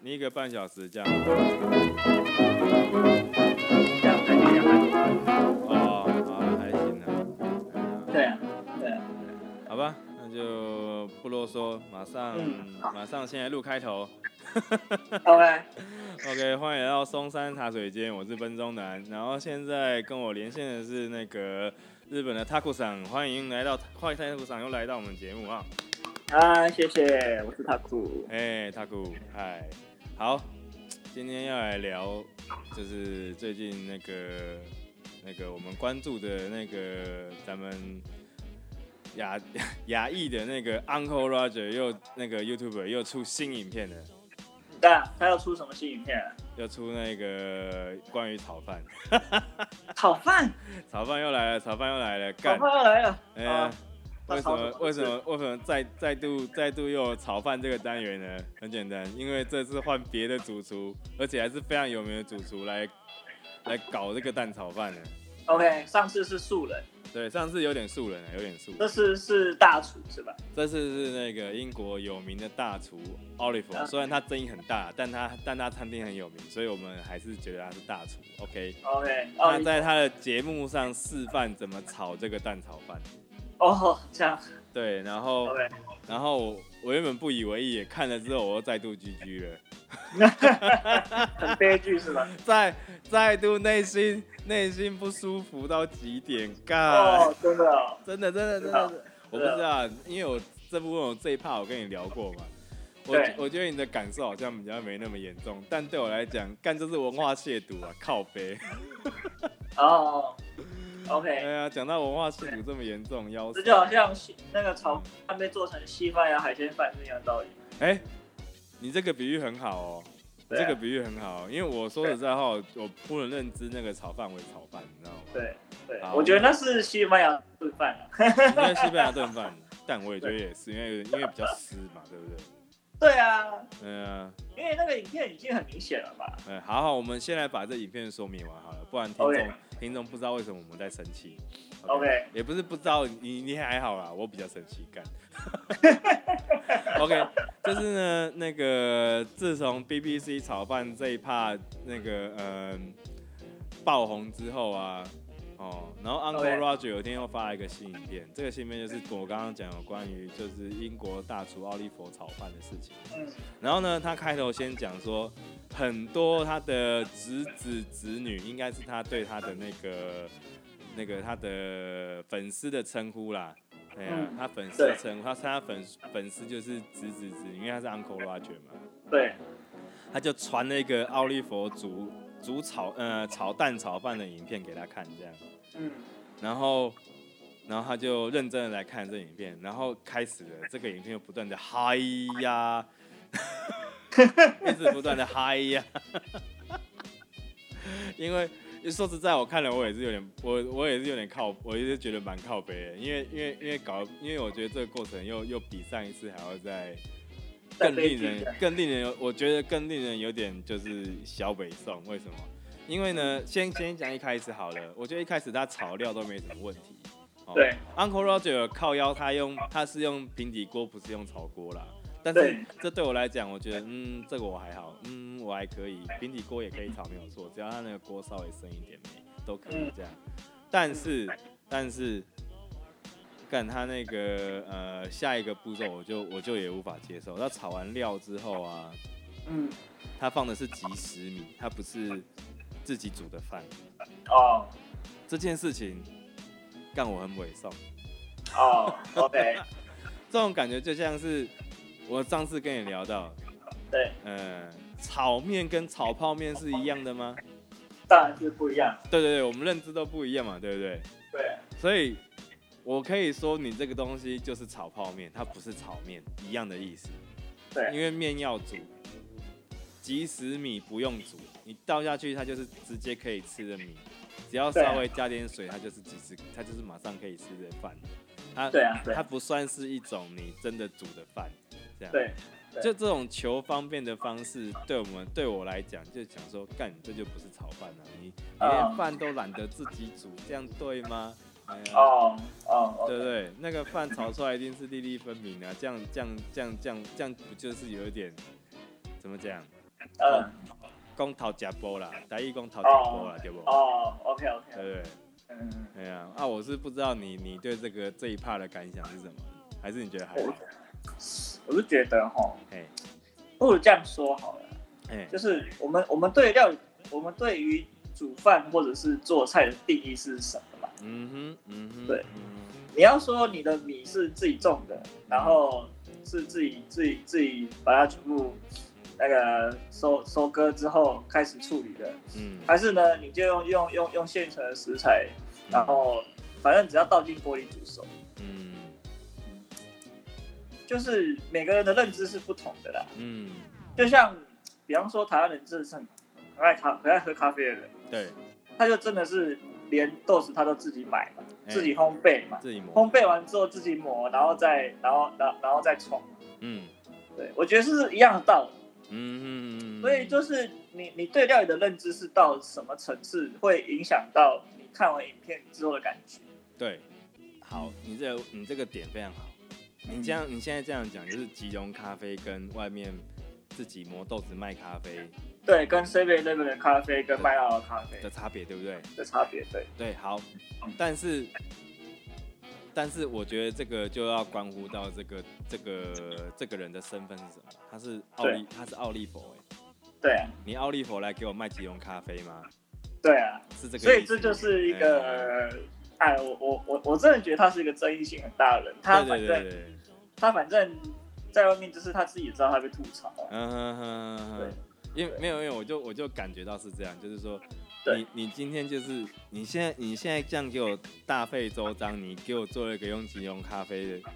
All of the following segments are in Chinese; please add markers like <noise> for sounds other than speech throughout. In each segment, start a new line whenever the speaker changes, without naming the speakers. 你一个半小时这样。
这样才这样。
哦，好，还行啊。
对啊，对啊，
好吧，那就不啰嗦，马上、
嗯好
马上现在录开头。 <laughs>
OK，
OK，欢迎来到松山茶水间，我是分钟男。然后现在跟我连线的是那个日本的 Taku 桑，欢迎来到欢迎 Taku 桑又来到我们节目啊！
啊，谢谢，我是塔库。
哎、t a k u 嗨，好，今天要来聊就是最近那个那个我们关注的那个咱们亚亚裔的那个 Uncle Roger 又那个 YouTuber 又出新影片了，
对啊，他要出什么新影片啊？
又出那个关于炒饭。
炒饭，
炒饭又来了，炒饭又来了，
炒
干！
饭要来了。
哎、
啊
呀，为什么为什么为什么再再度再度又有炒饭这个单元呢？很简单，因为这次换别的主厨，而且还是非常有名的主厨来来搞这个蛋炒饭呢。
？OK，上次是素人，
对，上次有点素人啊，有点素
这
人。
次是大厨是吧？
这次是那个英国有名的大厨 Oliver，
啊
虽然他争议很大，但他但他餐厅很有名，所以我们还是觉得他是大厨。OK，
OK，
他
哦，
在他的节目上示范怎么炒这个蛋炒饭。
哦，这样
对，然后
OK，
然后我我原本不以为意，看了之后我又再度 GG 了，
很悲剧
<laughs>
是吧？
再再度内心内心不舒服到极点，干
哦，，真的哦，
真的真的真
知
的，我不知道，因为我这部分我这一趴我跟你聊过嘛。我
对
我觉得你的感受好像比较没那么严重，但对我来讲，干就是文化亵渎
<laughs>
啊，靠背。
哦
哎
，OK，
呀，讲到文化亵渎这么严重，腰
这
酸。
就好像西那个炒饭被做成稀饭呀、海鲜饭是一样的道理。
哎、你这个比喻很好哦，你
对啊啊
这个比喻很好，哦因为我说实在话，我我不能认知那个炒饭为炒饭，你知道吗？
对对
好，
我觉得那是西班牙炖饭啊。
<laughs>
<laughs>
因为西班牙炖饭，但我也觉得也是，因为因为比较湿嘛，对不对？
对啊，
嗯、呃，
因为那个影片已经很明显了吧？
嗯好好，我们先来把这影片说明完好了，不然听众
OK
听众不知道为什么我们在生气。
OK
也不是不知道你你还好啦，我比较生气干。OK，就是呢，那个自从 BBC 炒饭这一趴那个嗯、爆红之后啊，哦，然后 Uncle
OK
Roger 有一天又发了一个新影片，这个新影片就是我刚刚讲有关于就是英国大厨奥利佛炒饭的事情。
嗯，
然后呢，他开头先讲说，很多他的侄子侄女应该是他对他的那个那个他的粉丝的称呼啦。对呀、
嗯
他粉丝的
对
称呼，他他粉粉丝就是侄子侄女，因为他是 Uncle Roger 嘛，
对，
他就传了一个奥利佛煮煮炒呃炒蛋炒饭的影片给他看，这样。
嗯，
然后，然后他就认真的来看这影片，然后开始了这个影片又不断的嗨呀，一直不断的嗨呀，因为说实在，我看了我也是有点，我我也是有点靠，我也是觉得蛮靠北的，因为因为因为搞，因为我觉得这个过程又又比上一次还要再
再
更
悲
令
剧一
人
点
更令人有，我觉得更令人有点就是小北宋，为什么？因为呢，先先讲一开始好了，我觉得一开始他炒料都没什么问题。哦
对
，Uncle Roger 有靠腰，他用他是用平底锅，不是用炒锅啦。但是
对
这对我来讲，我觉得嗯，这个我还好，嗯，我还可以，平底锅也可以炒，没有错，只要它那个锅稍微深一点没都可以
嗯
这样。但是，但是，干他那个呃下一个步骤，我就我就也无法接受。他炒完料之后啊，
嗯，
他放的是即食米，他不是自己煮的饭。
哦
这件事情干我很委送，
哦
<laughs>
，OK，
这种感觉就像是我上次跟你聊到，
对，
呃，炒面跟炒泡面是一样的吗？
当然是不一样。
对对对，我们认知都不一样嘛，对不对？
对，
所以我可以说你这个东西就是炒泡面，它不是炒面一样的意思。
对
因为面要煮，即食米不用煮，你倒下去它就是直接可以吃的米，只要
对啊
稍微加点水，它就是即食，它就是马上可以吃的饭。它
对啊对
它不算是一种你真的煮的饭，这样。
对，对
就这种求方便的方式，对我们对我来讲，就想说，干你这就不是炒饭了、你你
啊
连饭都懒得自己煮，这样对吗？哎呀，
哦哦
对不
，OK，
对？那个饭炒出来一定是粒粒分明啊，这样这样这样这样这样不就是有一点怎么讲？
嗯，
讲头食波啦，台语讲头食波啦，对不？
哦，OK OK，
对不对？
嗯，
哎呀，啊，我是不知道你你对这个这一趴的感想是什么，还是你觉得还好？
我是觉得哈，
哎
不如这样说好了，
哎
就是我们我们对料理，我们对于煮饭或者是做菜的定义是什么嘛？
嗯哼嗯哼，
对
嗯哼，
你要说你的米是自己种的，然后是自己自己自己把它全部那个收收割之后开始处理的，
嗯，
还是呢你就用用用用现成的食材，然后反正只要倒进锅里煮熟，
嗯
就是每个人的认知是不同的啦。
嗯，
就像比方说台湾人真的是很很爱咖很爱喝咖啡的人，
对，
他就真的是连豆子他都自己买嘛，
哎
自己烘焙嘛，
自己磨，
烘焙完之后自己磨，然后再然后然后然后再冲。
嗯
对，我觉得是一样的道理。
嗯嗯，
所以就是你你对料理的认知是到什么层次，会影响到你看完影片之后的感觉。
对，好，你这你这个点非常好。你这样，你现在这样讲，就是吉隆咖啡跟外面自己磨豆子卖咖啡
对，跟 Seven Eleven 的咖啡跟麦当劳的咖啡
的差别，对不对？
的差别，对，
对，好。但是，但是我觉得这个就要关乎到这个这个这个人的身份是什么。他是奥利，他是奥利佛、欸，
对啊，
你奥利佛来给我卖吉隆咖啡吗？
对啊。
是这个意思吗。
所以这就是一个，哎，我我我我真的觉得他是一个争议性很大的人。他
嗯。
反
对对对
正
对对，
他反正在外面就是他自己也知道他被吐槽啊，
嗯哼哼哼哼
对，
因为没有没有，我就我就感觉到是这样，就是说，
对
你你今天就是你现在你现在这样给我大费周章，你给我做了一个用即溶咖啡的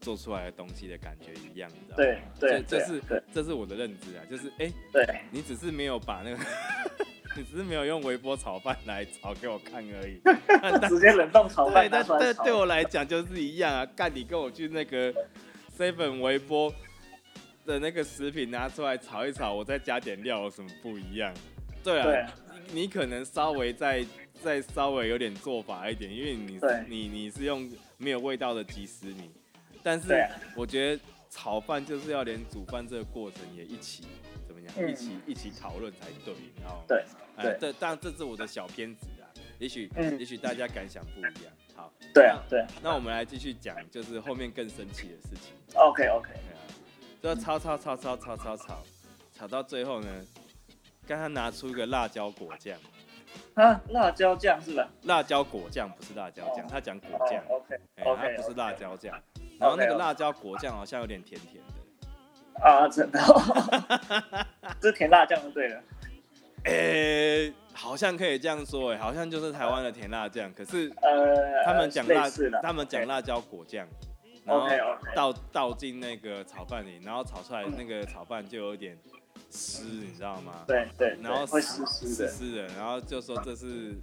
做出来的东西的感觉一样，你知道吗？
对对
嗯这
对啊
这是
对
这是我的认知啊，就是哎、
对
<laughs> 你只是没有把那个， <laughs> 你只是没有用微波炒饭来炒给我看而已， <laughs>
对，直接冷冻炒
对，
饭拿
但
出来
但
炒
对，我来讲就是一样啊，干你跟我去那个 seven 微波的那个食品拿出来炒一炒，我再加点料有什么不一样？对啊，
对
你你可能稍微再再稍微有点做法一点，因为你
对
你你是用没有味道的即食米，但是
对啊
我觉得炒饭就是要连煮饭这个过程也一起怎么讲，
嗯
一起一起讨论才对，你知道吗？
对
哎，
对
这当然这是我的小偏执啊，也许、
嗯
也许大家感想不一样。好，
对啊对
那我们来继续讲，就是后面更生气的事情。
，OK OK，
对啊，就
嗯
要吵吵吵吵吵吵吵，吵到最后呢，刚他拿出一个辣椒果酱，
啊，辣椒酱是吧？
辣椒果酱不是辣椒酱，
哦
他讲果
哦
酱，
，OK
哎，他
OK，
不是辣椒酱。然后那个辣椒果酱好像有点甜甜
哦
的，
啊，真的，这 <laughs> 是甜辣酱就对了，
哎，好像可以这样说，哎，好像就是台湾的甜辣酱，可是
呃，
他们讲
类
辣
似的，，
他们讲辣椒果酱，然后
，OK OK，
倒倒进那个炒饭里，然后炒出来
嗯
那个炒饭就有点湿，你知道吗？
对对，
然后
会湿湿
湿
的，
湿的，然后就说这是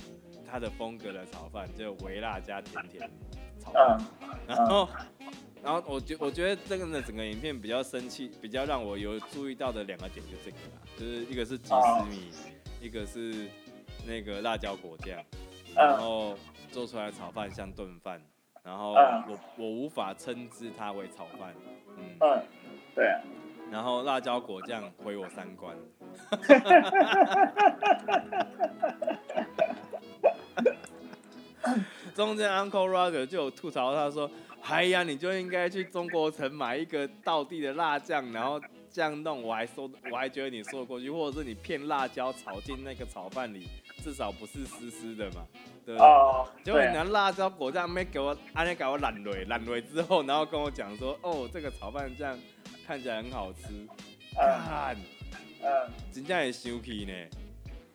他的风格的炒饭，就微辣加甜甜炒饭。
嗯
然后，然后我觉我觉得这个呢，整个影片比较生气，比较让我有注意到的两个点就这个啦，就是一个是鸡
啊
丝米，一个是那个辣椒果酱，
嗯
然后做出来的炒饭像炖饭，然后
嗯
我我无法称之它为炒饭，嗯，
嗯，对啊。
然后辣椒果酱毁我三观。中间 Uncle Roger 就有吐槽他说：“哎呀，你就应该去中国城买一个道地的辣酱，然后这样弄，我还说我还觉得你说得过去，或者是你骗辣椒炒进那个炒饭里，至少不是湿湿的嘛，对不对？”
哦，
结果
对
你
啊，
拿辣椒果酱没给我，阿内给我懒蕊，懒蕊之后，然后跟我讲说，哦，这个炒饭酱看起来很好吃，
嗯
看，
嗯，
人家也生气呢。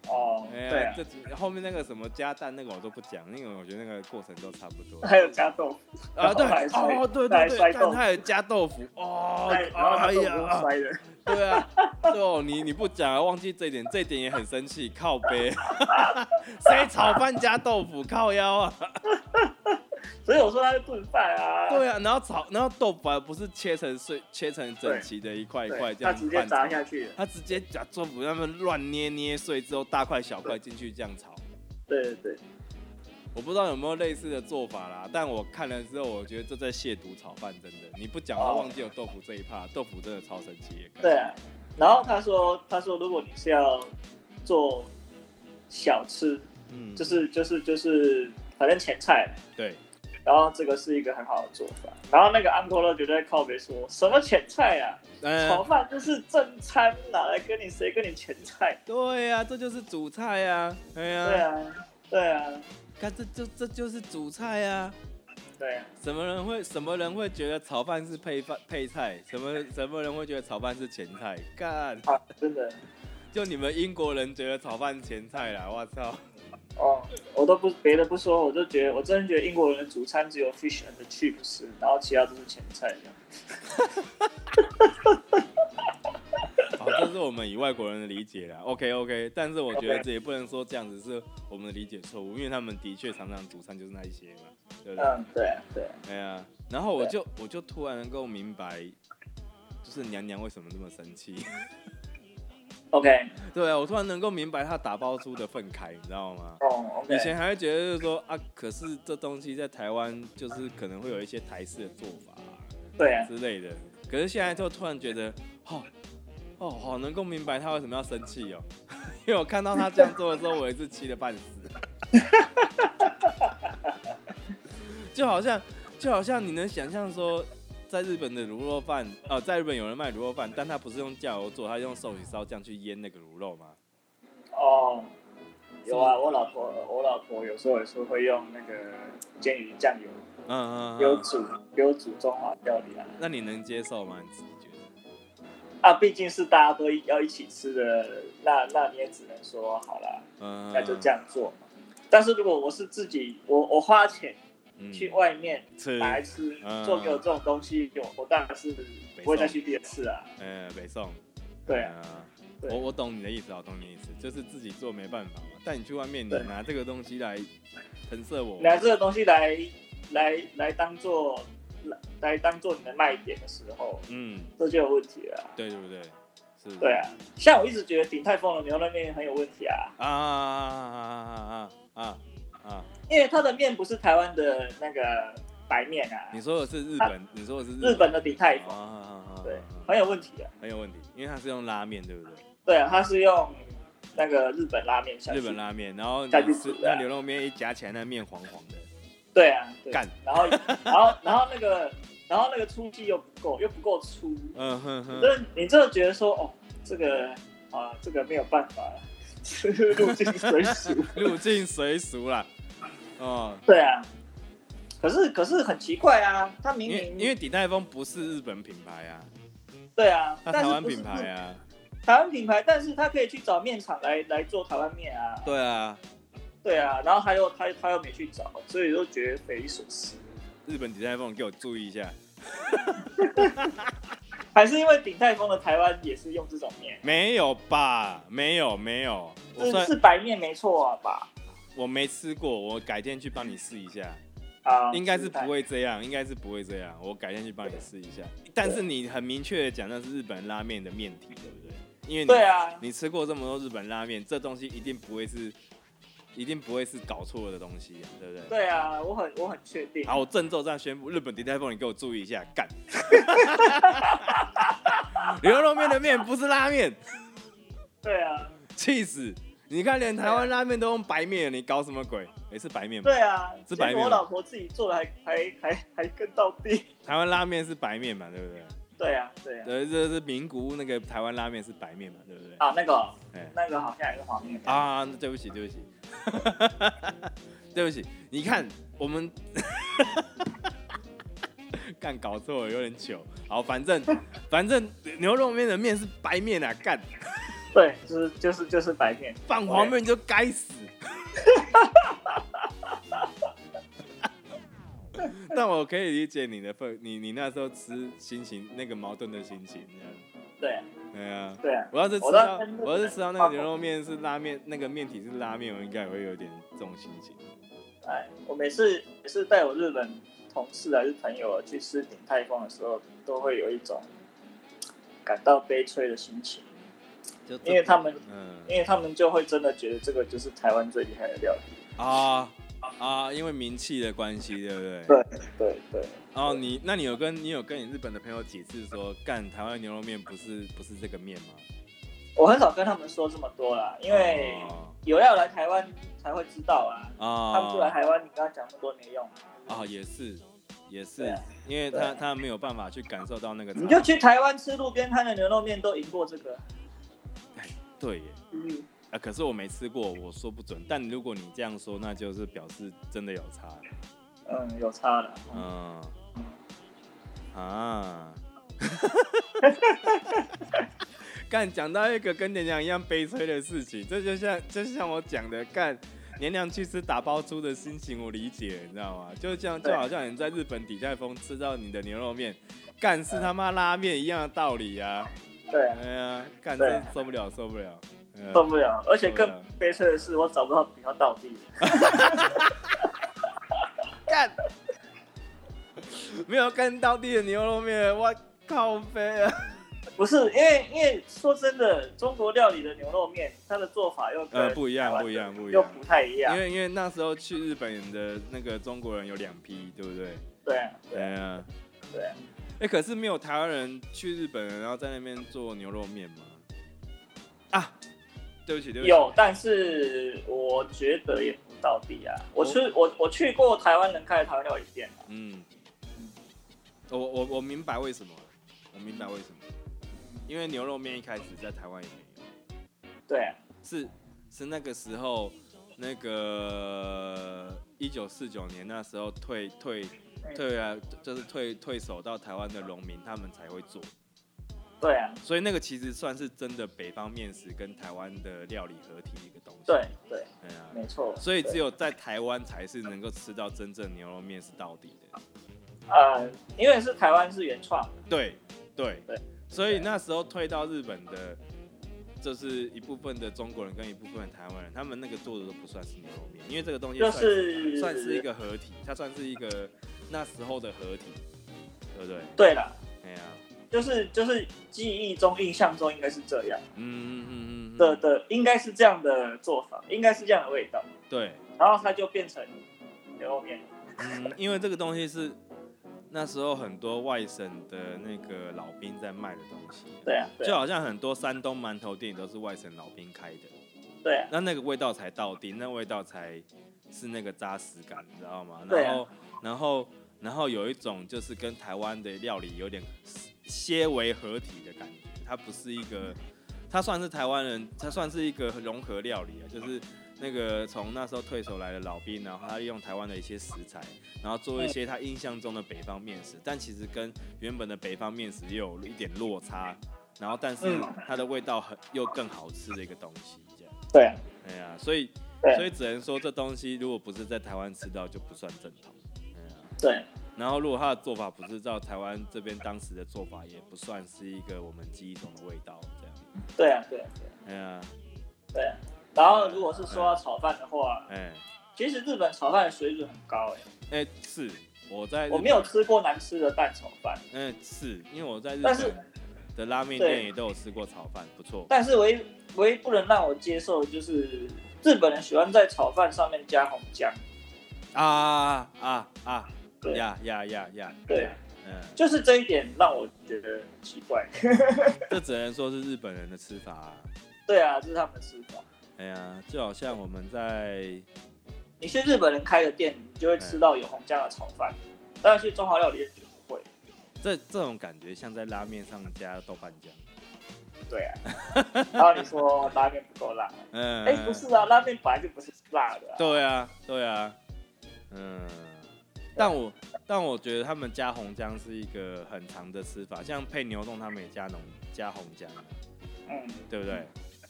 哦，
哎
对
呀，
啊，
这只后面那个什么加蛋那个我都不讲，那个我觉得那个过程都差不多。
还有加豆腐，
啊，对，
还摔
哦，对对
还
对，
摔豆
但
腐
他有加豆腐，哦，
哎然后他
哎
豆
呀，
腐
啊
摔的，
对啊，对哦，你你不讲啊，忘记这一点，这一点也很生气，靠背， <laughs> 谁炒饭加豆腐靠腰啊？
所以我说他是炖饭啊，
对啊，然后炒，然后豆腐还不是切成碎，切成整齐的一块一块
对，
这
他
样
直接砸
去，
下去了，
他直接把豆腐那么乱捏捏碎之后，大块小块进去这样炒。
对对对，
我不知道有没有类似的做法啦，但我看了之后，我觉得这在亵渎炒饭，真的。你不讲，我
哦
忘记有豆腐这一趴，豆腐真的超神奇。
对啊，然后他说，他说如果你是要做小吃，
嗯，
就是就是就是，反正前菜，
对，
然后这个是一个很好的做法。然后那个 uncle 都觉得靠别说什么前菜啊，炒
嗯，
饭就是正餐，哪来跟你谁跟你前菜？
对呀、这就是主菜呀、哎呀、
对啊，对啊，
看这就这就是主菜呀、
对啊，
什么人会什么人会觉得炒饭是配饭配菜？什么什么人会觉得炒饭是前菜？干，
啊，真的
就你们英国人觉得炒饭前菜啦！我操，
哦，我都不别的不说，我就觉得我真的觉得英国人的主餐只有 fish and chips，然后其他都是前菜这样。
好，这是我们以外国人的理解啦。OK OK，但是我觉得
OK
这也不能说这样子是我们的理解错误，因为他们的确常常主餐就是那一些嘛，对不对？
嗯，对啊，对啊，
哎呀，然后我就我就突然能够明白，就是娘娘为什么那么生气。 <laughs>
OK，
对啊，我突然能够明白她打包出的愤慨，你知道吗？
哦
以
，OK，
前还会觉得就是说啊，可是这东西在台湾就是可能会有一些台式的做法啊
对啊，
之类的，可是现在就突然觉得，哦哦，好能够明白她为什么要生气哦， <laughs> 因为我看到她这样做的时候，我也是气得半死。 <laughs> 就好像就好像你能想象说，在日本的卤肉饭，呃，在日本有人卖卤肉饭，但他不是用酱油做，他用寿喜烧酱去腌那个卤肉吗？
哦，有啊，我老婆，我老婆有时候也是会用那个煎鱼酱油
嗯嗯嗯
有
嗯。
煮有煮中华料理啊。
那你能接受吗？你自己觉得？
啊，毕竟是大家都要一起吃的，那那你也只能说好啦，
嗯，
那就这样做嘛。但是如果我是自己，我我花钱
嗯
去外面
吃，
买来吃，
嗯
做给我这种东西，我我当然是不会再去第二次啊。
呃，北宋。
对啊，
嗯
对
我我懂你的意思啊，我懂你的意思，就是自己做没办法嘛。但你去外面，你
对
拿这个东西来喷射我，
拿这个东西来来来当做来来当做你的卖点的时候，
嗯，
这就有问题了啊。
对对不对？是，
对啊，像我一直觉得鼎泰丰的牛肉面很有问题啊，
啊啊啊啊啊啊啊！
因为它的面不是台湾的那个白面啊，
你说的是日本，你说的是
日本的鼎泰丰。
啊，
对，
很
很有问题啊。
很有问题，因为它是用拉面，对不对？
对啊，他是用那个日本拉面下去，
日本拉面，然后你
下去
吃
煮的
那
啊
牛肉面一夹起来，那面黄黄的，
对啊，对
干
然后然后然后那个然后那个粗细又不够，又不够粗，
嗯哼哼
你，这你这觉得说哦，这个啊这个没有办法，入境随俗，
入境随俗啦。哦，
对啊。可是可是很奇怪啊，他明
因为
明
因为鼎泰丰不是日本品牌啊，
对啊，
它
但
台
是
湾
不是
品牌啊，
台湾品牌，但是他可以去找面厂来来做台湾面啊，
对啊，
对啊，然后他又他他又没去找，所以就觉得匪夷所思。
日本鼎泰丰给我注意一下，
还是因为鼎泰丰的台湾也是用这种面，
没有吧？没有没有，我
是
算
是白面没错啊吧？
我没吃过，我改天去帮你试一下，
啊，
应该是不会这样，应该是不会这样，我改天去帮你试一下。但是你很明确的讲那是日本拉面的面体，对不对？因为你
对啊，
你吃过这么多日本拉面，这东西一定不会是，一定不会是搞错的东西、啊，对不对？
对啊，我很我很确定。
好，我郑重这样宣布，日本鼎泰丰，你给我注意一下，干！ <laughs> 牛肉面的面不是拉面，
对啊，
气死！你看，连台湾拉面都用白面，你搞什么鬼？也、是白面吧？
对啊，
是白面
结果我老婆自己做的还还还还更到地。
台湾拉面是白面嘛，对不对？
对啊，对啊。
呃，这是名古屋那个台湾拉面是白面嘛，对不对？
啊，那个
哎
那个好像也是黄面啊，
啊，对不起，对不起， <laughs> 对不起，你看我们 <laughs> 干搞错了，有点糗。好，反正反正牛肉面的面是白面啊，干
对，就是就是就是白面。
放黄面就该 <laughs> 死。但我可以理解你的愤，你你那时候吃心情那个矛盾的心情，这样
对啊
对啊。
对啊，
我要是吃
我
到
当然，
我要是吃到那个牛肉面是拉面，那个面体是拉面，我应该也会有点这种心情。
哎，我每次每次带我日本同事还是朋友去吃鼎泰丰的时候，都会有一种感到悲催的心情，
就
因为他们
嗯
因为他们就会真的觉得这个就是台湾最厉害的料理。
啊啊啊，因为名气的关系，对不对？
对对对，
然后你，那你有跟你有跟你日本的朋友解释说，干台湾牛肉面不是不是这个面吗？
我很少跟他们说这么多啦，因为
哦
有要来台湾才会知道啊。
啊，
他们不来台湾，你跟他讲那么多没用。
啊，也是也是
对啊，
因为他
对啊
他没有办法去感受到那个差。
你就去台湾吃路边摊的牛肉面都赢过这个。
对耶
嗯，
啊，可是我没吃过，我说不准。但如果你这样说，那就是表示真的有差。
嗯，有差了。嗯，
嗯啊， <laughs> 干讲到一个跟娘娘一样悲催的事情，这就像就像我讲的，干娘娘去吃打包猪的心情，我理解，你知道吗？就像就
对
好像你在日本底带风吃到你的牛肉面，干是他妈拉面一样的道理呀、
对
啊。，哎呀，干
对
真受不了，受不了。嗯
受不了。而且
受不
更
了
悲催的是，我找不到比较道地的。
干，没有干到地的牛肉面，我靠飞啊！
不是因为因为说真的，中国料理的牛肉面，它的做法又跟
呃不一样
台湾的
不一样不一样
又不太一样
因。为因为那时候去日本的那个中国人有两批，对不对？
对啊对啊
啊。
对啊，
哎，可是没有台湾人去日本，然后在那边做牛肉面吗？啊，对不起，对不起。
有，但是我觉得也不到底啊。我去我我去过台湾人开的台湾料理店啊，
嗯，我我我明白为什么，我明白为什么，因为牛肉面一开始在台湾也没有。
对啊
是是那个时候，那个一九四九年那时候退退退啊，就是退退守到台湾的农民，他们才会做。
对啊，
所以那个其实算是真的北方面食跟台湾的料理合体一个东西。
对，对，
哎呀、
没错。
所以只
有
有在台湾才是能够吃到真正牛肉面是到底
啊
的。
呃，因为是台湾是原创的，
对对
对
所以那时候退到日本的，就是一部分的中国人跟一部分的台湾人，他们那个做的都不算是牛肉面，因为这个东西
就
算
是
算是一个合体，它算是一个那时候的合体，对不对？
对了，
哎呀、
就是就是记忆中、印象中应该是这样
嗯嗯嗯嗯，
的的，应该是这样的做法，应该是这样的味道，
对，
然后它就变成牛肉面。
嗯，因为这个东西是那时候很多外省的那个老兵在卖的东西，
对啊，对
就
啊，
好像很多山东馒头店都是外省老兵开的，
对啊，
那那个味道才到底，那味道才是那个扎实感，你知道吗？
对
然
啊
后、然后然后有一种就是跟台湾的料理有点些微合体的感觉，它不是一个，它算是台湾人，它算是一个融合料理啊，就是。那个从那时候退守来的老兵，然后他利用台湾的一些食材，然后做一些他印象中的北方面食，但其实跟原本的北方面食也有一点落差，然后但是
嗯
它的味道很又更好吃的一个东西，这样。
对啊，
哎呀、所以
对
所以只能说这东西如果不是在台湾吃到就不算正统。哎呀、
对啊，
然后如果他的做法不是照台湾这边当时的做法，也不算是一个我们记忆中的味道。这样，
对啊，对啊，对啊
哎呀、
对啊。然后如果是说到炒饭的话，
哎
其实日本炒饭的水准很高诶、
哎是我在日
我没有吃过难吃的蛋炒饭，
嗯、是因为我在日
但是
本的拉面
对
店也都有吃过炒饭，不错。
但是唯一唯一不能让我接受的就是日本人喜欢在炒饭上面加红姜，
啊啊啊
对
呀呀呀呀！
对，
嗯，
就是这一点让我觉得很奇怪。 <laughs>
这只能说是日本人的吃法、啊。
对啊，这是他们的吃法。
哎呀，就好像我们在
你去日本人开的店，你就会吃到有红姜的炒饭，但是去中华料理店就不会。
这这种感觉像在拉面上加豆瓣酱。
对啊， <laughs> 然后你说拉面不够辣，
嗯，
哎、不是啊，拉面本来就不是辣的、啊。
对啊，对啊，嗯，
啊
但我但我觉得他们加红姜是一个很常的吃法，像配牛冻他们也加浓加红姜，啊
嗯，
对不对？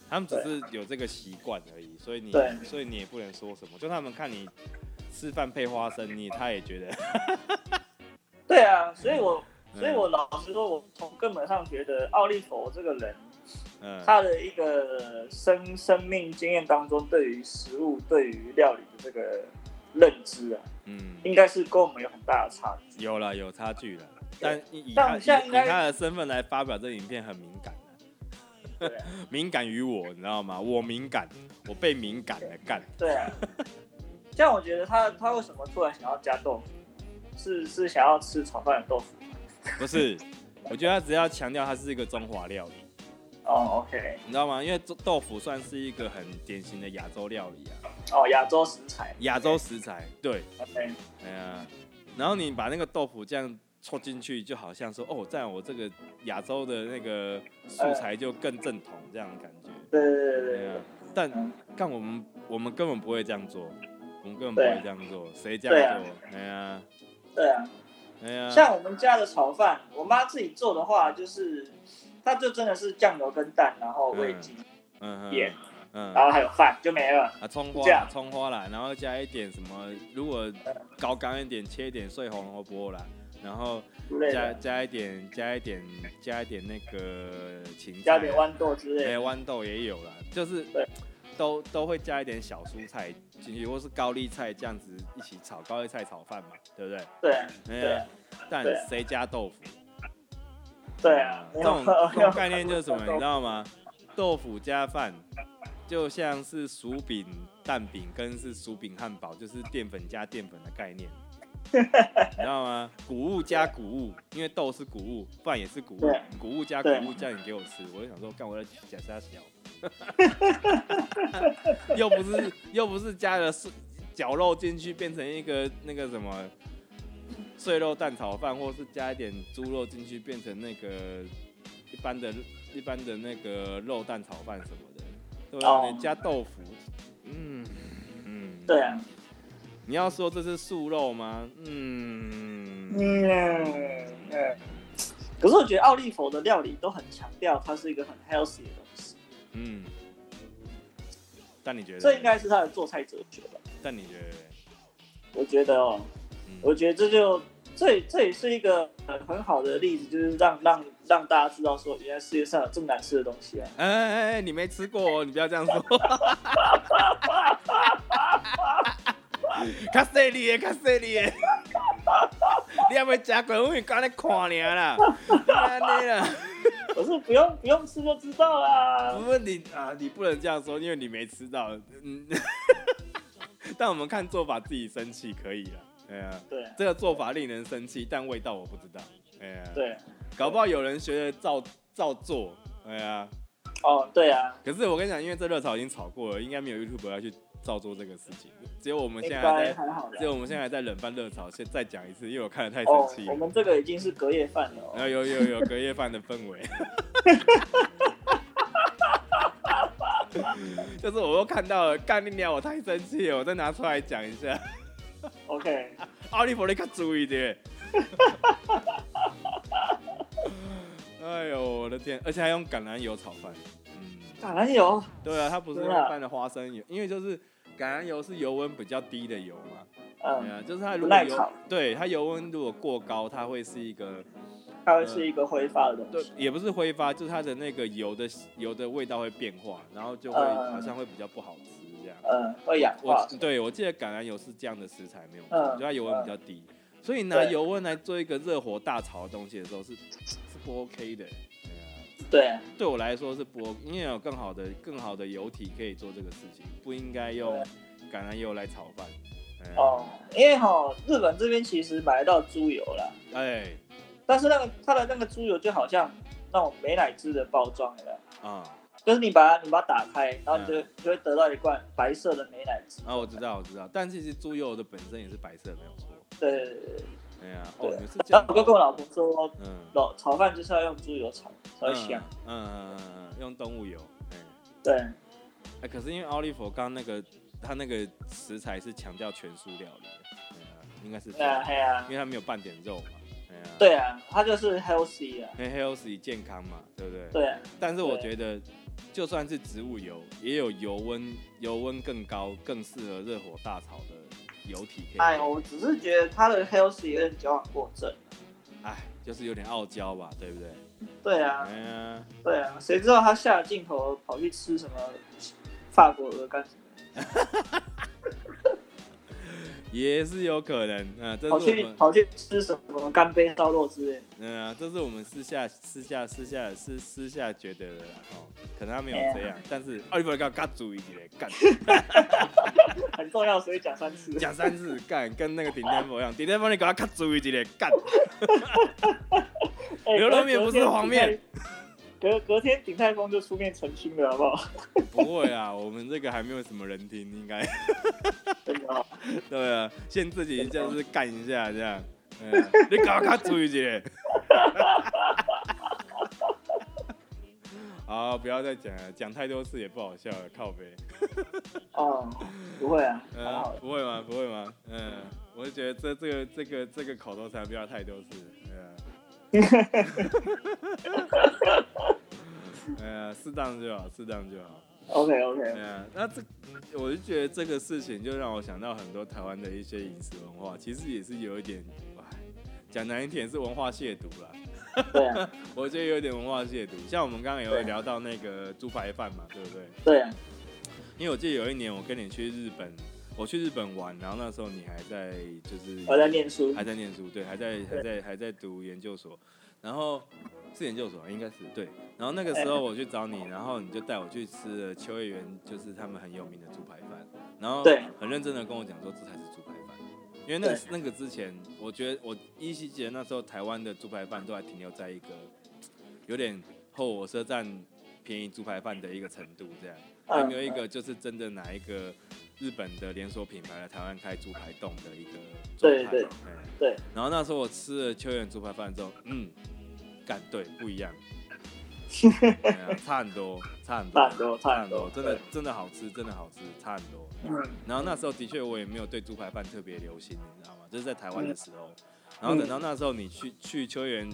他们只是有这个习惯而已，所以你
对
所以你也不能说什么，就他们看你吃饭配花生，你他也觉得， <laughs>
对啊，所以我
嗯
所以我老实说，我从根本上觉得奥利佛这个人，
嗯，
他的一个生生命经验当中，对于食物、对于料理的这个认知啊，
嗯，
应该是跟我们有很大的差距。
有了有差距了，但以以
但
他
我
以
现在
以
应该
他的身份来发表这影片很敏感啊
对
<laughs>
啊， <laughs>
敏感于我，你知道吗？我敏感，我被敏感了，干。
对啊，像我觉得他他为什么突然想要加豆腐，是是想要吃炒饭的豆腐吗？
不是，我觉得他只要强调它是一个中华料理，
哦，OK，
你知道吗？因为豆豆腐算是一个很典型的亚洲料理啊，
哦，亚洲食材，
亚洲食材，对，
OK，
哎呀，然后你把那个豆腐这样戳进去，就好像说哦，在我这个亚洲的那个素材就更正统这样的感觉。
对对对
对
对
啊
对，
但
嗯
但我们我们根本不会这样做，我们根本不会
对
这样做，谁这
对
样
啊
做？哎呀，
对啊，
哎呀，
像我们家的炒饭，我妈自己做的话，就是它就真的是酱油跟蛋，然后味精、
嗯哼
盐，
嗯
然后还有饭就没了。
啊，葱
这
花
样
葱花啦，然后加一点什么，如果高纲一点，切一点碎红萝卜啦，然后
之类
加
的，
加一点加一点加一点那个芹菜啊，
加点豌豆之类
哎，
的。
豌豆也有啦，就是
对
都都会加一点小蔬菜进去，或是高丽菜这样子一起炒，高丽菜炒饭嘛，对不对？
对
哎
对
呀，但
对啊
谁加豆腐？
对啊，
这种
没有
这种概念就是什么，你知道吗？豆腐加饭，就像是薯饼、蛋饼跟是薯饼汉堡，就是淀粉加淀粉的概
<laughs>
念，你知道吗？谷物加谷物，因为豆是谷物，饭也是谷物
对，
谷物加谷
对
物，叫你给我吃，我就想说，干我的假虾小， <laughs> 又不是又不是加了碎绞肉进去变成一个那个什么。碎肉蛋炒饭，或是加一点猪肉进去，变成那个一般的、一般的那个肉蛋炒饭什么的，对吧、
哦
你加豆腐，嗯嗯，
对啊，
你要说这是素肉吗？嗯，
嗯嗯。可是我觉得奥利佛的料理都很强调它是一个很 healthy 的东西，
嗯，但你觉得？
这应该是他的做菜哲学吧？
但你觉得？
我觉得哦，
嗯
我觉得这就这这也是一个很很好的例子，就是让让让大家知道说，原来世界上有这么难吃的东
<laughs>
西啊！
哎哎哎，你没吃过哦，你不要这样说。卡西里耶，卡西里耶， <laughs> 你还没吃过，我是刚才看尔啦，安尼啦。
可是不用不用吃就知道啦。
不是你啊，你不能这样说，因为你没吃到。嗯， <laughs> 但我们看做法自己生气可以了。哎呀、
对啊
这个做法令人生气，但味道我不知道。哎呀、，
对，
搞不好有人学着照照做。哎呀、
哦对啊，
可是我跟你讲，因为这热潮已经炒过了，应该没有 YouTube 要去照做这个事情。只有我们
应
现在还
该
在，
还好
只
的。
有我们现在还在冷饭热潮，先再讲一次，因为我看的太生
哦
气，哎
我
了。
们这个已经是隔夜饭了、
然后
哦。
有有
<laughs>
有隔夜饭的氛围。就是我又看到了，干你娘！我太生气了，我再拿出来讲一下。
OK，
奥利弗，你可注意
<laughs>
点。哎呦，我的天！而且还用橄榄油炒饭。嗯，
橄榄油，
对啊，它不是
真的啊
放的花生油，因为就是橄榄油是油温比较低的油嘛。对
嗯，
啊，就是它如果
不耐
油
烤，
对它油温如果过高，它会是一个
它会是一个挥发的东
对
西。，
也不是挥发，就是它的那个油的油的味道会变化，然后就会、
嗯
好像会比较不好吃这样。
嗯，会氧化
我。对我记得橄榄油是这样的食材没有错，
嗯
就它油温比较低，所以拿
对
油温来做一个热火大炒的东西的时候是是不 OK 的。对啊
对啊，
对我来说是不 OK，因为有更好的更好的油体可以做这个事情，不应该用橄榄油来炒饭。哎呀
哦，因为哈、日本这边其实买得到猪油啦，
哎
但是那个它的那个猪油就好像那种美乃滋的包装的，
啊
就是你把它你把它打开，然后你就、
嗯
你就会得到一罐白色的美乃滋。
啊，我知道我知道，但其实猪油的本身也是白色的，没有错。
对对对对。
哎呀，哦，
对
你是这
然
样
后我就跟我老婆说，
嗯，
老炒饭就是要用猪油炒，才会香。
嗯。嗯嗯嗯嗯，用动物油。哎、
对，
哎可是因为奥利佛刚刚那个他那个食材是强调全素料理的，哎呀应该是这
那
样，
嘿啊
因，为他没有半点肉嘛。哎呀，
对啊，它就是 healthy 啊，
很 healthy 健康嘛，对不对？。
对啊，
但是我觉得，就算是植物油，也有油温油温更高、更适合热火大炒的油体可以。
哎，我只是觉得它的 healthy 有点矫枉过正。
哎，就是有点傲娇吧，对不对？
对啊，
哎呀。
对啊，谁知道他下了镜头跑去吃什么法国鹅肝什么的？
也是有可能。嗯、这是
跑
我
去
们，
跑去吃什么干杯烧肉之类的。
嗯、啊，这是我们私下、私下、私下、私私下觉得的啦。哦，可能他没有
哎呀
这样，但是奥利弗要嘎住一点，干
很重要，所以讲三次。
讲三次，干跟那个顶天佛一样，顶天佛你给他嘎住一点，干。
<laughs> 哎
牛肉面不是黄面。
隔隔天顶泰隔隔天鼎泰丰就出面澄清了，好不好？ <laughs>
不会啊，我们这个还没有什么人听，应该。
真的、哦，
对啊，先自己就是干一下这样。嗯，你搞他注意点。 <laughs> 好，不要再讲了，讲太多次也不好笑了，靠背。
哦，不会啊，
嗯、
蛮好的。
不会吗？不会吗？嗯，我就觉得这这个这个这个口头禅不要太多次。 <laughs> 嗯、呃，适当就好，适当就好。
OK OK，
对啊，那这我就觉得这个事情就让我想到很多台湾的一些饮食文化，其实也是有一点，哎讲难一点是文化亵渎啦。
对啊
我觉得有点文化亵渎，像我们刚刚也有聊到那个猪排饭嘛，对不对？
对啊，
因为我记得有一年我跟你去日本，我去日本玩，然后那时候你还在就是
我在念书
还。在念书，对，还在还在还在读研究所，然后是研究所啊应该是对，然后那个时候我去找你，然后你就带我去吃了秋叶原，就是他们很有名的猪排饭，然后
对
很认真的跟我讲说这才是猪排饭，因为那个
对
那个之前，我觉得我依稀记得那时候台湾的猪排饭都还停留在一个有点后火车站便宜猪排饭的一个程度这样。还没有一
嗯
个就是真的拿一个日本的连锁品牌来台湾开猪排冻的一个状
对
态
对
嗯 <laughs>
对
然后那时候我吃了秋园猪排饭之后，嗯，干对不一样，对啊差很多，差很多，
<laughs> 差很多差很多
真的真的好吃，真的好吃，差很多。
嗯，
然后那时候的确我也没有对猪排饭特别流行，你知道吗？就是在台
嗯
湾的时候。然后等到那时候你去去秋园，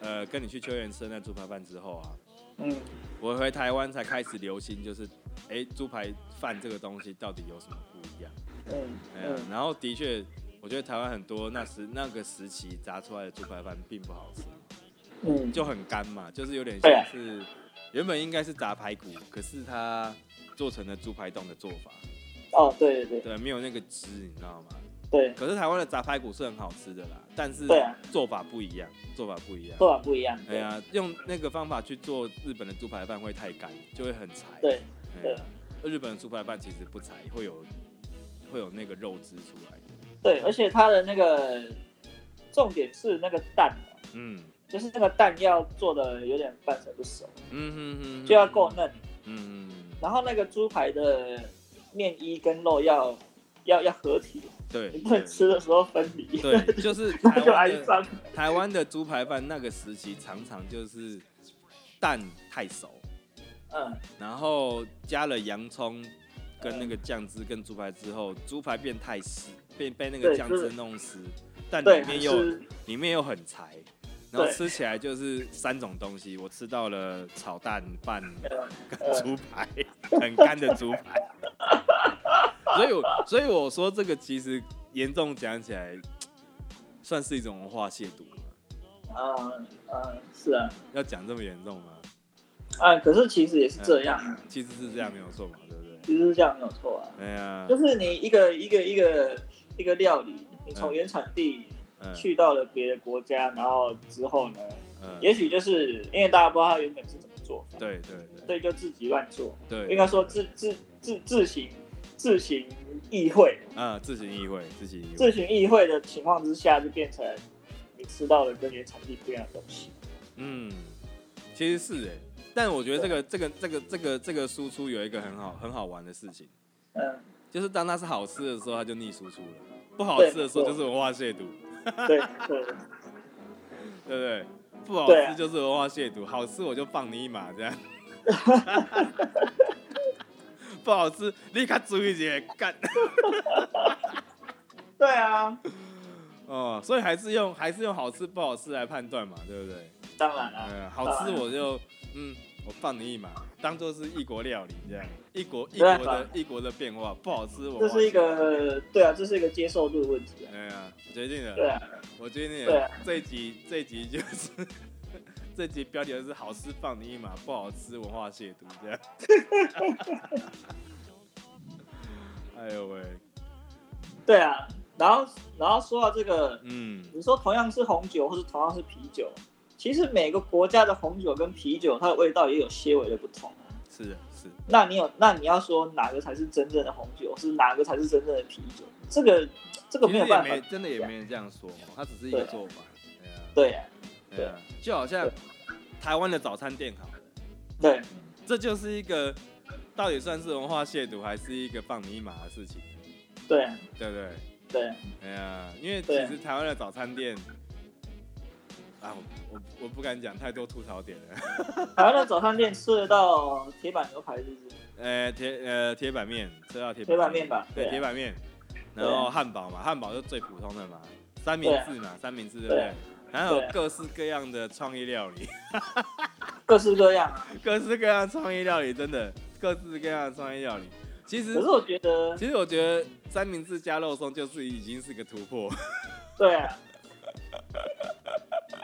呃，跟你去秋园吃那猪排饭之后啊，
嗯，
我回台湾才开始流行，就是哎，诶猪排饭这个东西到底有什么不一样？
嗯，
哎呀
嗯，，
然后的确，我觉得台湾很多那时那个时期炸出来的猪排饭并不好吃，
嗯，
就很干嘛，就是有点
对啊
像是原本应该是炸排骨，可是它做成了猪排冻的做法，
哦，对对对
对，没有那个汁，你知道吗？
对，
可是台湾的炸排骨是很好吃的啦，但是
对啊
做法不一样，做法不一样。
做法不一样。
哎呀，用那个方法去做日本的猪排饭会太干，就会很柴。
对，
对啊，日本的猪排饭其实不柴，会有会有那个肉汁出来。
对，而且它的那个重点是那个蛋，哦
嗯
就是那个蛋要做的有点半熟不熟，
嗯哼哼，
就要够嫩。
嗯。嗯嗯，
然后那个猪排的面衣跟肉要要要合体，
对
你不能吃的时候分离，
对，就是
<laughs> 那
台
就
湾
挨
的
脏。
台湾的猪排饭那个时期，常常就是蛋太熟，
嗯，
然后加了洋葱跟那个酱汁跟猪排之后，猪排变太湿，被被那个
对
酱
就是
汁弄湿，但
对，
里
还
面又
是
里面又很柴，然后
对
吃起来就是三种东西，我吃到了炒蛋
<laughs>
饭
呃
跟
呃
猪排， <laughs> 很干的猪排。 <laughs> 所以我，所以我说这个其实严重讲起来，算是一种文化亵渎吗？
嗯嗯，是啊，
要讲这么严重吗？
啊，可是其实也是这样，啊，
其实是这样没有错嘛，对不对？
其实是这样没有错啊，
哎呀
就，是你一个一个一个一个料理，你从
嗯
原产地
嗯
去到了别的国家，然后之后呢，也
嗯，
许就是因为大家不知道它原本是怎么做法，
对对
所以就自己乱做。
对
应
对，
该说自自自自行自行议会，
啊，自行意会，自行意
自
会，
行议会的情况之下，就变成你吃到了跟原产地不一样的东西。
嗯，其实是哎、但我觉得这个这个这个这个这个输出有一个很好很好玩的事情，
嗯，
就是当它是好吃的时候，它就逆输出了；不好
对
吃的时候
没错
就是文化亵渎，
<laughs> 对对
对不对？不好
对啊
吃就是文化亵渎，好吃我就放你一马，这样。 <laughs> 不好吃，立刻注意些干
<laughs>
<laughs>
对啊，
哦，所以还是用还是用好吃不好吃来判断嘛，对不对？
当然啊啦、
嗯，好吃我就嗯，我放你一马，当做是异国料理这样，异国异
没办
国
法
的异国的变化，不好吃我
这是一
忘记了，
个对啊，这是一个接受度的问题啊。
哎呀，我决定了，
对啊，
我决定
对
了
啊，
这一集这一集就是 <laughs> 这集标题就是好吃放你一马，不好吃文化亵渎这样。 <laughs> 哎呦喂，
对啊，然后然后说到这个，
嗯，
你说同样是红酒或是同样是啤酒，其实每个国家的红酒跟啤酒它的味道也有些微的不同。啊
是的，是的，
那你有那你要说哪个才是真正的红酒，是哪个才是真正的啤酒？这个这个
啊
其
没
实
有
也
办法
没，真的也没人这样说嘛，它只是一个做法。
对啊，
对啊
对啊，就好像台湾的早餐店好了，
对
这就是一个到底算是文化亵渎还是一个放你一马的事情，
对啊
对不对？
对啊
哎呀，因为其
对
实台湾的早餐店，啊，我我我不敢讲太多吐槽点了。 <laughs>
台湾的早餐店吃得到铁板牛排，是不是？
呃，铁呃铁板面，吃到铁
铁板面吧
对，
对啊
铁板面，
对
然
啊
后汉堡嘛，汉堡就最普通的嘛，三明治嘛，三明治对不
对
对
啊？
还有
对啊
各式各样的创意料理， <laughs>
各式各样啊。
各式各样的创意料理，真的各式各样的创意料理。其实
可是我觉得，
其实我觉得三明治加肉松就是已经是个突破，
对啊，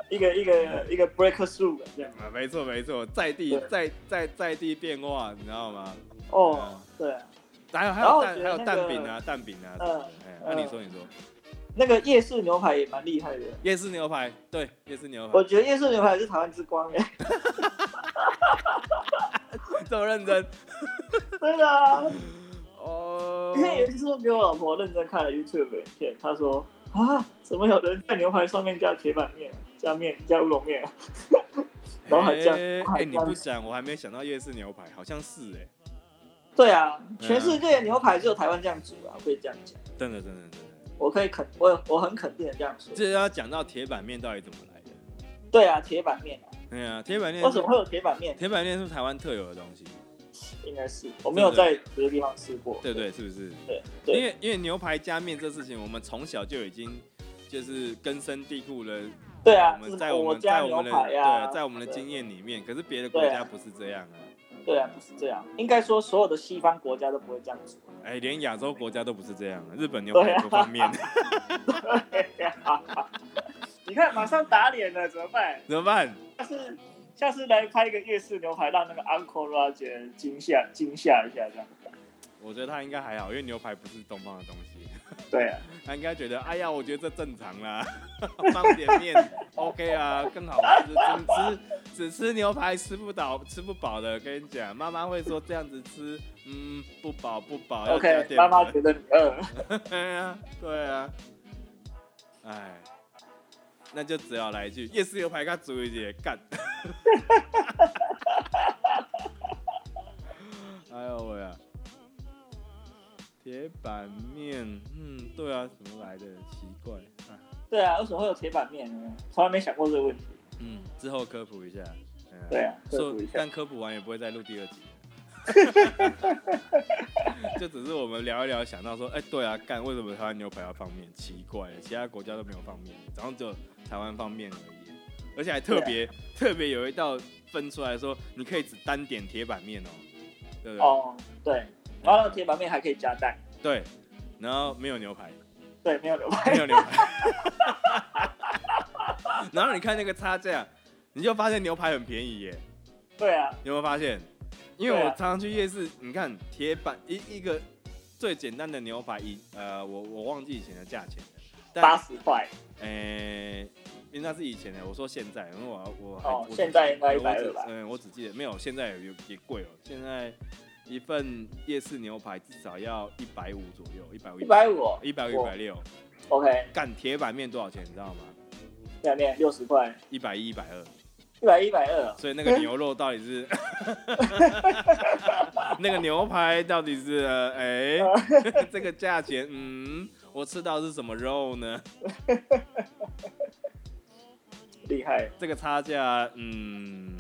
一个一个一个 breakthrough 这样。
啊，没错没错，在地
对
在在在地变化，你知道吗？
哦，对啊，
还有还
然后
有
我
蛋还
觉得
有
那
蛋
个
饼啊蛋饼啊，
嗯
哎，那
嗯
你说你说
那个夜市牛排也蛮厉害的。
夜市牛排，对夜市牛排
我，觉得夜市牛排是台湾之光欸耶，
<laughs> 这么认真
<laughs> 真的啊！
哦
因，为有一次我给我老婆认真看了 YouTube 影片，她说啊，怎么有人在牛排上面加铁板面、加面、加乌龙面？ <laughs> 啊然后还这样
哎
还
哎，
这
你
样
不讲我还没想到夜市牛排，好像是哎，
对啊，全世界的牛排只有台湾这样煮啊，我可以这样讲，
真的真的真的，
我可以肯，我我很肯定的这样说。
这要讲到铁板面到底怎么来的？
对啊，铁板面啊，
哎呀，铁板面
为什么会有铁板面？
铁板面是台湾特有的东西，
应该是我没有在别的地方吃过。
对不对？是不是？
对对
因为因为牛排加面这事情，我们从小就已经就是根深蒂固了。
对啊
我
就是
们在我
我
们
家
在我们的
牛排啊
对，在我们的
对
经验里面，可是别的国
对啊
家不是这样啊。
对啊，不是这样，应该说所有的西方国家都不会这样煮。
哎，连亚洲国家都不是这样啊，日本牛
对
排
啊
多方面，
你看，马上打脸了，怎么办？
<laughs> 怎么办？
下次下次来拍一个夜市牛排，让那个 Uncle Roger 惊吓惊吓一下，这样。
我觉得他应该还好，因为牛排不是东方的东西，
对啊，
他应该觉得，哎呀，我觉得这正常啦， <laughs> 放点面 OK 啊，更好吃。只吃只吃牛排吃不饱，吃不饱的，跟你讲，妈妈会说这样子吃，嗯，不饱不饱，要加
OK，
点
妈妈
粉
觉得你饿，
对啊， <laughs> 对啊，哎，那就只要来一句夜市牛排咖煮一节干。 <laughs> 哎呦喂啊！铁板面，嗯，对啊，怎么来的？奇怪，啊、
对啊，为什么会有铁板面呢？从来没想过这个问题。
嗯，之后科普一下。嗯
对啊
说
科普一下
但科普完也不会再录第二
<laughs>
集。就只是我们聊一聊，想到说，哎、对啊，干为什么台湾牛排要放面？奇怪，其他国家都没有放面，然后只有台湾放面而已，而且还特别、
啊
特别有一道分出来说，你可以只单点铁板面哦，对不对？
哦，对，然后那个铁板面还可以加蛋，
对，然后没有牛排，
对，没有牛排
没。有牛排。 <laughs> 然后你看那个差价，你就发现牛排很便宜耶。
对啊，
你有没有发现？因为
对
我
啊
常常去夜市，你看铁板一一个最简单的牛排，一呃，我我忘记以前的价钱了，
八
但
十块，
诶、因为那是以前的，我说现在，因为我我还
哦
我只
现在应该
我只
120吧
嗯，我只记得没有，现在有也贵哦，现在一份夜市牛排至少要一百五左右，一百五
一百五
一百五一
哇
百六，
，OK，
干铁板面多少钱你知道吗？
两面六十块，
一百一一百二。
一百一百二，
所以那个牛肉到底是， <laughs> 那个牛排到底是，呃哎、这个价钱，嗯，我吃到的是什么肉呢？
厉害，
这个差价，嗯，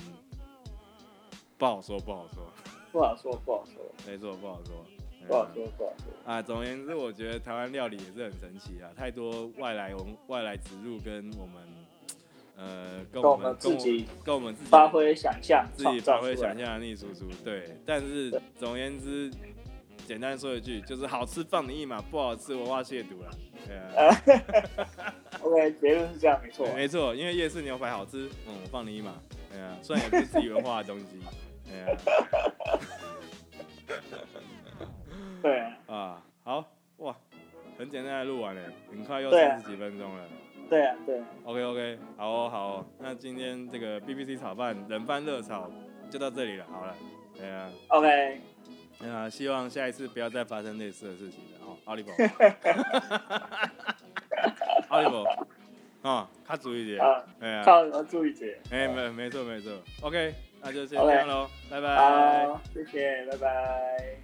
不好说，不好说，
不好说，不好说，
没错，不好说，嗯
不好说，不好说。
啊，总而言之，我觉得台湾料理也是很神奇啊，太多外来文外来植入跟我们，呃，跟我
跟我
们
们自己
跟我跟我们自己
发挥想象，
嗯自
创
己发
造出
挥
来。
想象力输出，对。但是总而言之，简单说一句，就是好吃放你一马，不好吃文化亵渎了。对啊，
呃 OK，结论是这样，没错。
没错，因为夜市牛排好吃，嗯，我放你一马。对啊，虽然也不是自己文化的东西。对啊，
对啊，
啊啊，好哇，很很简单的录完了，很快又
对啊
三十几分钟了。
对啊，对啊，
OK OK，好哦好哦，那今天这个 BBC 炒饭冷饭热炒就到这里了，好了，对啊，
OK，
那、呃希望下一次不要再发生类似的事情了哦，奥利弗，奥利弗，哦，他注意点，
啊，
哎呀、
靠，我注意点。
哎、没没错没错，OK，那就先
OK
这样喽，拜拜。
好，谢谢，拜拜。